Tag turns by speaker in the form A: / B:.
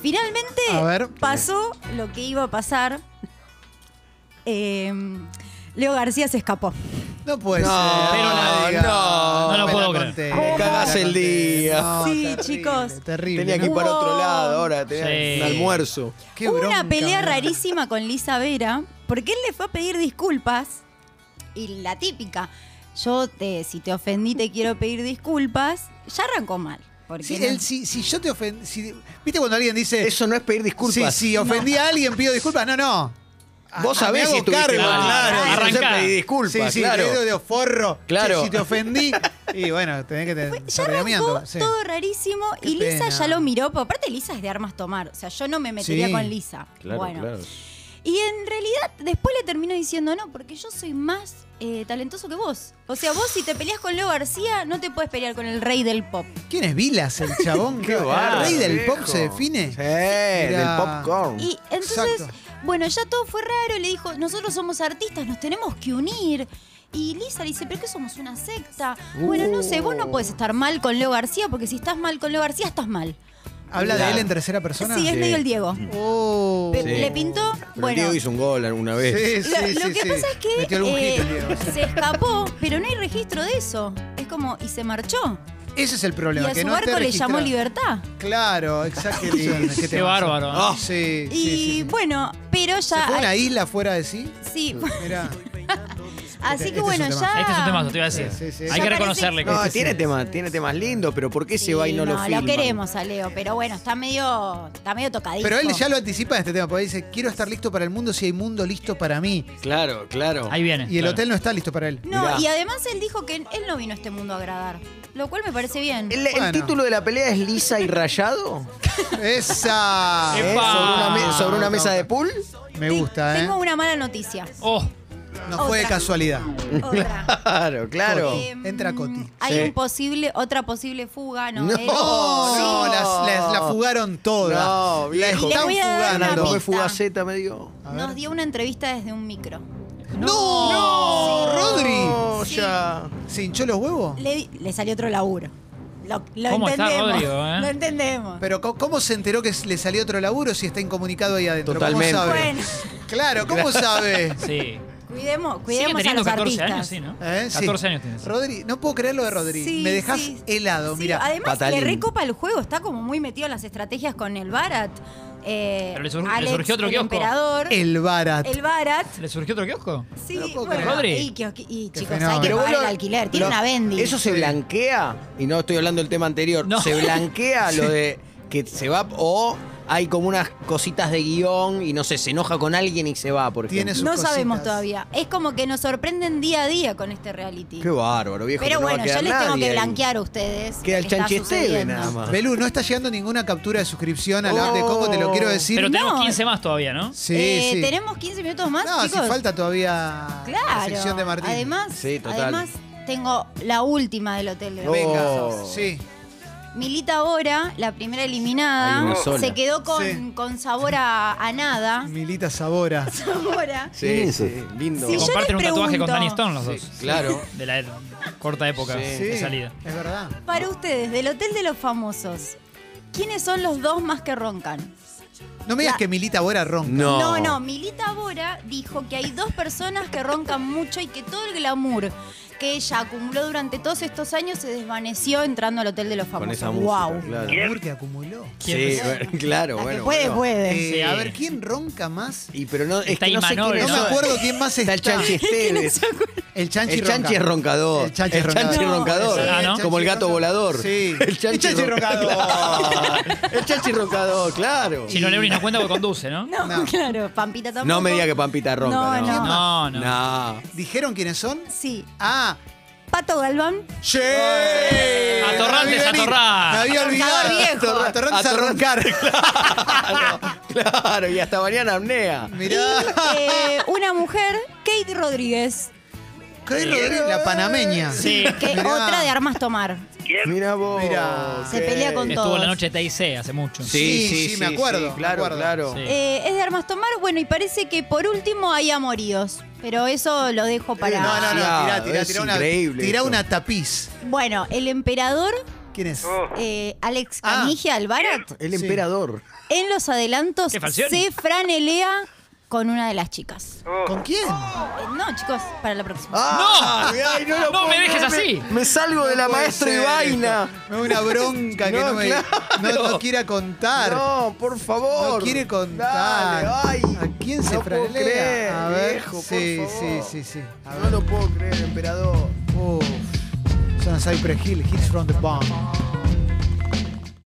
A: Finalmente
B: A ver.
A: pasó lo que iba a pasar. Eh, Leo García se escapó.
B: No puede
C: No,
B: ser.
C: pero la diga.
B: no,
D: No lo
B: me
D: puedo
B: la
D: creer.
B: conté.
C: Me cagás el día.
A: Sí,
B: terrible,
A: chicos.
B: Terrible.
C: Tenía que ir
B: ¿no?
C: para
A: Hubo-
C: otro lado ahora, tenía
D: Sí.
C: un almuerzo.
B: Qué
A: Hubo
B: bronca,
A: una pelea
B: ¿no?
A: rarísima con Lisa Vera, porque él le fue a pedir disculpas. Y la típica, yo te, si te ofendí, te quiero pedir disculpas. Ya arrancó mal. Porque
B: Sí,
A: no-
B: él- si, si yo te ofendí. Si, ¿Viste cuando alguien dice.
C: Eso no es pedir
B: si,
C: disculpas.
B: si ofendí a alguien, pido disculpas? No, no.
C: Vos
B: Ah, me
C: sabés
B: hago
C: si estuviste
B: cargo,
D: mal.
B: claro.
D: Ah,
C: Eso es
D: Arrancá.
C: pedir disculpas,
B: Sí, sí,
C: claro.
B: te digo, forro.
C: Claro.
B: Che, si te ofendí. Y bueno, tenés que tener.
A: Ya arrancó todo rarísimo
B: Qué
A: y Lisa
B: pena.
A: ya lo miró, porque aparte Lisa es de armas tomar, o sea, yo no me metería
B: Sí.
A: con Lisa.
C: Claro,
A: bueno.
C: claro.
A: Y en realidad después le terminó diciendo, no, porque yo soy más eh, talentoso que vos. O sea, vos si te peleas con Leo García, no te puedes pelear con el rey del pop.
B: ¿Quién es Vilas, el chabón?
C: Qué
B: ¿El
C: bárbaro,
B: rey del
C: viejo.
B: pop se define?
C: Sí, del
B: Mirá.
C: popcorn.
A: Y entonces,
B: Exacto.
A: bueno, ya todo fue raro, le dijo, nosotros somos artistas, nos tenemos que unir. Y Lisa le dice, ¿pero qué somos una secta? Bueno, no sé, vos no puedes estar mal con Leo García, porque si estás mal con Leo García, estás mal.
B: ¿Habla de
C: Claro.
B: él en tercera persona?
A: Sí, es
C: Sí.
A: medio el Diego.
B: Oh.
A: Pe-
C: Sí.
A: Le pintó,
C: Pero el
A: bueno.
C: Diego hizo un gol alguna
B: Sí,
C: vez.
B: sí,
A: Lo,
B: sí,
A: lo que
B: sí.
A: pasa es que
B: Metió algún
A: eh,
B: hit el Diego.
A: se escapó, pero no hay registro de eso. Es como, y se marchó.
B: Ese es el
A: Y
B: problema.
A: a
B: que
A: su
B: no
A: barco
B: esté
A: le llamó
B: registrado.
A: libertad.
B: Claro, exacto.
D: Qué bárbaro, ¿no?
B: Sí, sí,
A: Y
B: sí, sí.
A: bueno, pero
B: ¿Se
A: ya.
B: fue a una isla fuera de sí?
A: sí,
B: Mirá.
A: así que
B: este es
A: bueno,
B: un tema.
A: ya.
D: Este es un tema que te iba a decir.
B: Sí, sí, sí.
A: Ah.
D: Hay
A: Ya
D: que
A: parece-
D: reconocerle. que
C: No,
D: este
C: tiene,
D: sí.
C: temas, tiene temas lindos, pero ¿por qué
A: Sí,
C: se va y no, lo
A: no,
C: filma?
A: lo queremos a Leo, pero bueno, está medio, está medio tocadito.
B: Pero él ya lo anticipa en este tema, porque dice, quiero estar listo para el mundo si hay mundo listo para mí.
C: Claro, claro.
D: Ahí viene.
B: Y el
D: claro.
B: hotel no está listo para él.
A: No,
C: Mirá.
A: y además él dijo que él no vino a este mundo a agradar. Lo cual me parece bien.
C: ¿El, el
B: Bueno.
C: título de la pelea es Lisa y Rayado?
B: ¡Esa!
C: ¿Eh?
D: Ah. ¡Epa!
C: ¿Sobre una, me- sobre una mesa de pool?
B: Me
A: Te-
B: gusta, ¿eh?
A: Tengo una mala noticia.
D: Oh,
B: No fue de
A: Otra.
B: casualidad.
A: Otra. Em,
C: Claro, claro.
B: Eh, Entra Coti.
A: Hay
C: Sí.
A: un posible, otra posible fuga, ¿no?
C: No,
A: eh.
B: No, no,
C: Sí.
B: las- las- la fugaron todas.
C: No, viejo.
A: Y le voy a dar una
C: Fugando. Fue
A: pista.
C: fugaceta medio.
A: Nos dio una entrevista desde un micro.
B: ¡No! Oh, ¡Rodri!
C: No, ya.
B: ¿Se hinchó los huevos?
A: Le, di- le salió otro laburo. Lo, lo
D: ¿Cómo está,
A: entendemos.
D: Rodrigo, eh?
A: Lo entendemos.
B: Pero co- ¿cómo se enteró que le salió otro laburo si está incomunicado ahí adentro?
C: Totalmente.
B: ¿Cómo sabe?
A: bueno,
B: Claro, ¿cómo sabe?
D: sí.
A: cuidemos,
D: Sigue
A: cuidemos a
D: teniendo
A: los
D: 14
A: artistas.
D: años, sí, ¿no?
B: ¿Eh? Sí.
D: 14 años tienes.
B: Rodri, no puedo creer lo de Rodri.
A: Sí,
B: Me dejas
A: sí.
B: helado,
A: Sí,
B: mira.
A: Además,
C: Patalín.
A: le recopa el juego, está como muy metido en las estrategias con el Barat. Eh,
D: Pero le sur- le
A: Alex,
D: surgió otro
A: el
D: kiosco.
A: emperador, el,
B: El Barat.
A: Barat.
D: ¿Le surgió otro kiosco?
A: Sí,
B: No puedo
A: bueno,
B: creer.
D: Rodri.
A: y, kiosqui- y,
B: Qué
A: chicos, hay
B: fenómeno.
A: que
B: Pero
A: pagar
C: vos
A: el
C: lo-
A: alquiler. Tiene
C: lo-
A: una bendy.
C: Eso se blanquea, y no estoy hablando del tema anterior,
D: No.
C: se blanquea lo de que se va o hay como unas cositas de guión y no sé, se enoja con alguien y se va, por ejemplo.
B: Tiene sus
A: No sabemos
B: cositas.
A: todavía. Es como que nos sorprenden día a día con este reality.
C: Qué bárbaro, viejo.
A: Pero
C: que no va a
A: bueno, yo
C: quedar
A: les tengo
C: nadie
A: que
C: ahí.
A: blanquear a ustedes.
C: Queda el
A: lo que está
C: Chanchi Esteve
A: sucediendo. Eh,
C: nada más.
B: Belú, no está llegando ninguna captura de suscripción al
C: Oh.
B: app de Coco, te lo quiero decir.
D: Pero tenemos
A: No.
D: 15 más todavía, ¿no?
B: sí,
A: Eh,
B: sí.
A: Tenemos 15 minutos más,
B: no,
A: chicos.
B: si falta todavía la
A: Claro.
B: sección de Martín.
A: Además,
C: Sí, total.
A: además, tengo la última del hotel. de
C: Oh.
A: Venga.
C: Oh.
B: Sí.
A: Milita Bora, la primera eliminada,
C: Hay una sola.
A: se quedó con,
B: Sí.
A: con sabor a, a nada.
B: Milita Sabora.
A: Sabora.
C: Sí, sí, lindo.
A: Sí, yo
D: Comparten un
A: les
D: tatuaje con
A: pregunto.
D: Danny Stone los dos.
C: Claro.
D: De la er- corta época
C: Sí.
D: de salida.
B: Es verdad.
A: Para ustedes, del hotel de los famosos, ¿quiénes son los dos más que roncan?
B: No me digas
A: La-
B: que Milita Bora ronca.
C: No.
A: No, no, Milita Bora dijo que hay dos personas que roncan mucho y que todo el glamour que ella acumuló durante todos estos años se desvaneció entrando al Hotel de los Famosos.
C: Con esa música,
A: wow.
C: claro.
B: El amor que acumuló.
C: Sí, bueno, claro,
A: La que
C: bueno.
A: puede,
C: bueno.
A: puede.
B: Eh,
D: Sí.
B: A ver, ¿quién ronca más?
C: Y pero no, es
D: Está
C: que no sé
D: Imanol,
B: No
C: quién es.
D: Pero
B: me acuerdo quién más
C: Está
B: está.
C: el Chanchi Esteves.
B: El Chanchi,
C: El chanchi
B: ronca.
C: es roncador.
B: El chanchi es roncador.
A: No.
C: roncador.
D: Ah, ¿no?
C: Como el gato
B: Chanchi
C: volador.
B: Sí.
C: El chanchi,
B: El chanchi
C: roncador. el chanchi roncador, claro.
D: Chino Lebri no cuenta porque conduce, ¿no?
A: No,
B: No.
A: claro, Pampita tampoco.
C: No me diga que Pampita ronca.
A: No,
C: No,
D: No, no.
C: No.
B: ¿Dijeron quiénes son?
A: Sí,
B: Ah.
A: Pato Galván.
B: ¡Che!
D: Atorrantes,
B: La vi venir.
D: atorrantes.
B: La había
A: Roncador
B: olvidado.
A: viejo.
B: Atorra- Atorrantes a roncar.
C: Claro, claro. Y hasta mañana apnea.
B: Mirá.
A: Y eh, una mujer, Kate Rodríguez,
B: Qué Rodríguez, la panameña.
D: Sí.
A: que
B: Mirá.
A: otra de armas tomar.
C: Mira vos.
B: Mirá.
A: Se pelea con-
D: Estuvo en la
A: todos.
D: noche de TIC hace mucho.
C: Sí, sí, sí,
B: sí, me acuerdo,
C: claro,
B: me acuerdo.
C: claro.
D: Sí.
A: Eh, es de armas tomar, bueno, y parece que por último hay amoríos. Pero eso lo dejo para.
B: No, no, no, tirá, tirá,
C: Es
B: tirá una,
C: increíble
B: tirá
C: esto.
B: una tapiz.
A: Bueno, el emperador
B: ¿Quién es?
A: eh, Alex
B: Ah.
A: Canigia Albarat,
C: El
B: Sí.
C: emperador.
A: en los adelantos
D: Qué falsión.
A: se franelea con una de las chicas.
B: ¿Con quién?
A: Eh, no, chicos, para la próxima.
C: ¡Ah!
D: ¡No!
C: Ay, lo
D: ¡No me
C: puedo creer,
D: dejes así!
C: Me, me salgo de la
B: No puede
C: maestra y
B: ser
C: vaina.
B: esto. Me da una bronca que
C: No,
B: no, me,
C: claro.
B: no, no quiera contar.
C: No, por favor.
B: No quiere contar.
C: Dale, ay.
B: ¿A quién se
C: no puedo
B: franelea?
C: creer,
B: A ver,
C: viejo, por
B: sí,
C: favor.
B: sí, sí, sí. A
C: No lo puedo creer, emperador.
B: ver. Uf. Son Cypress Hill, Hits from the Bomb.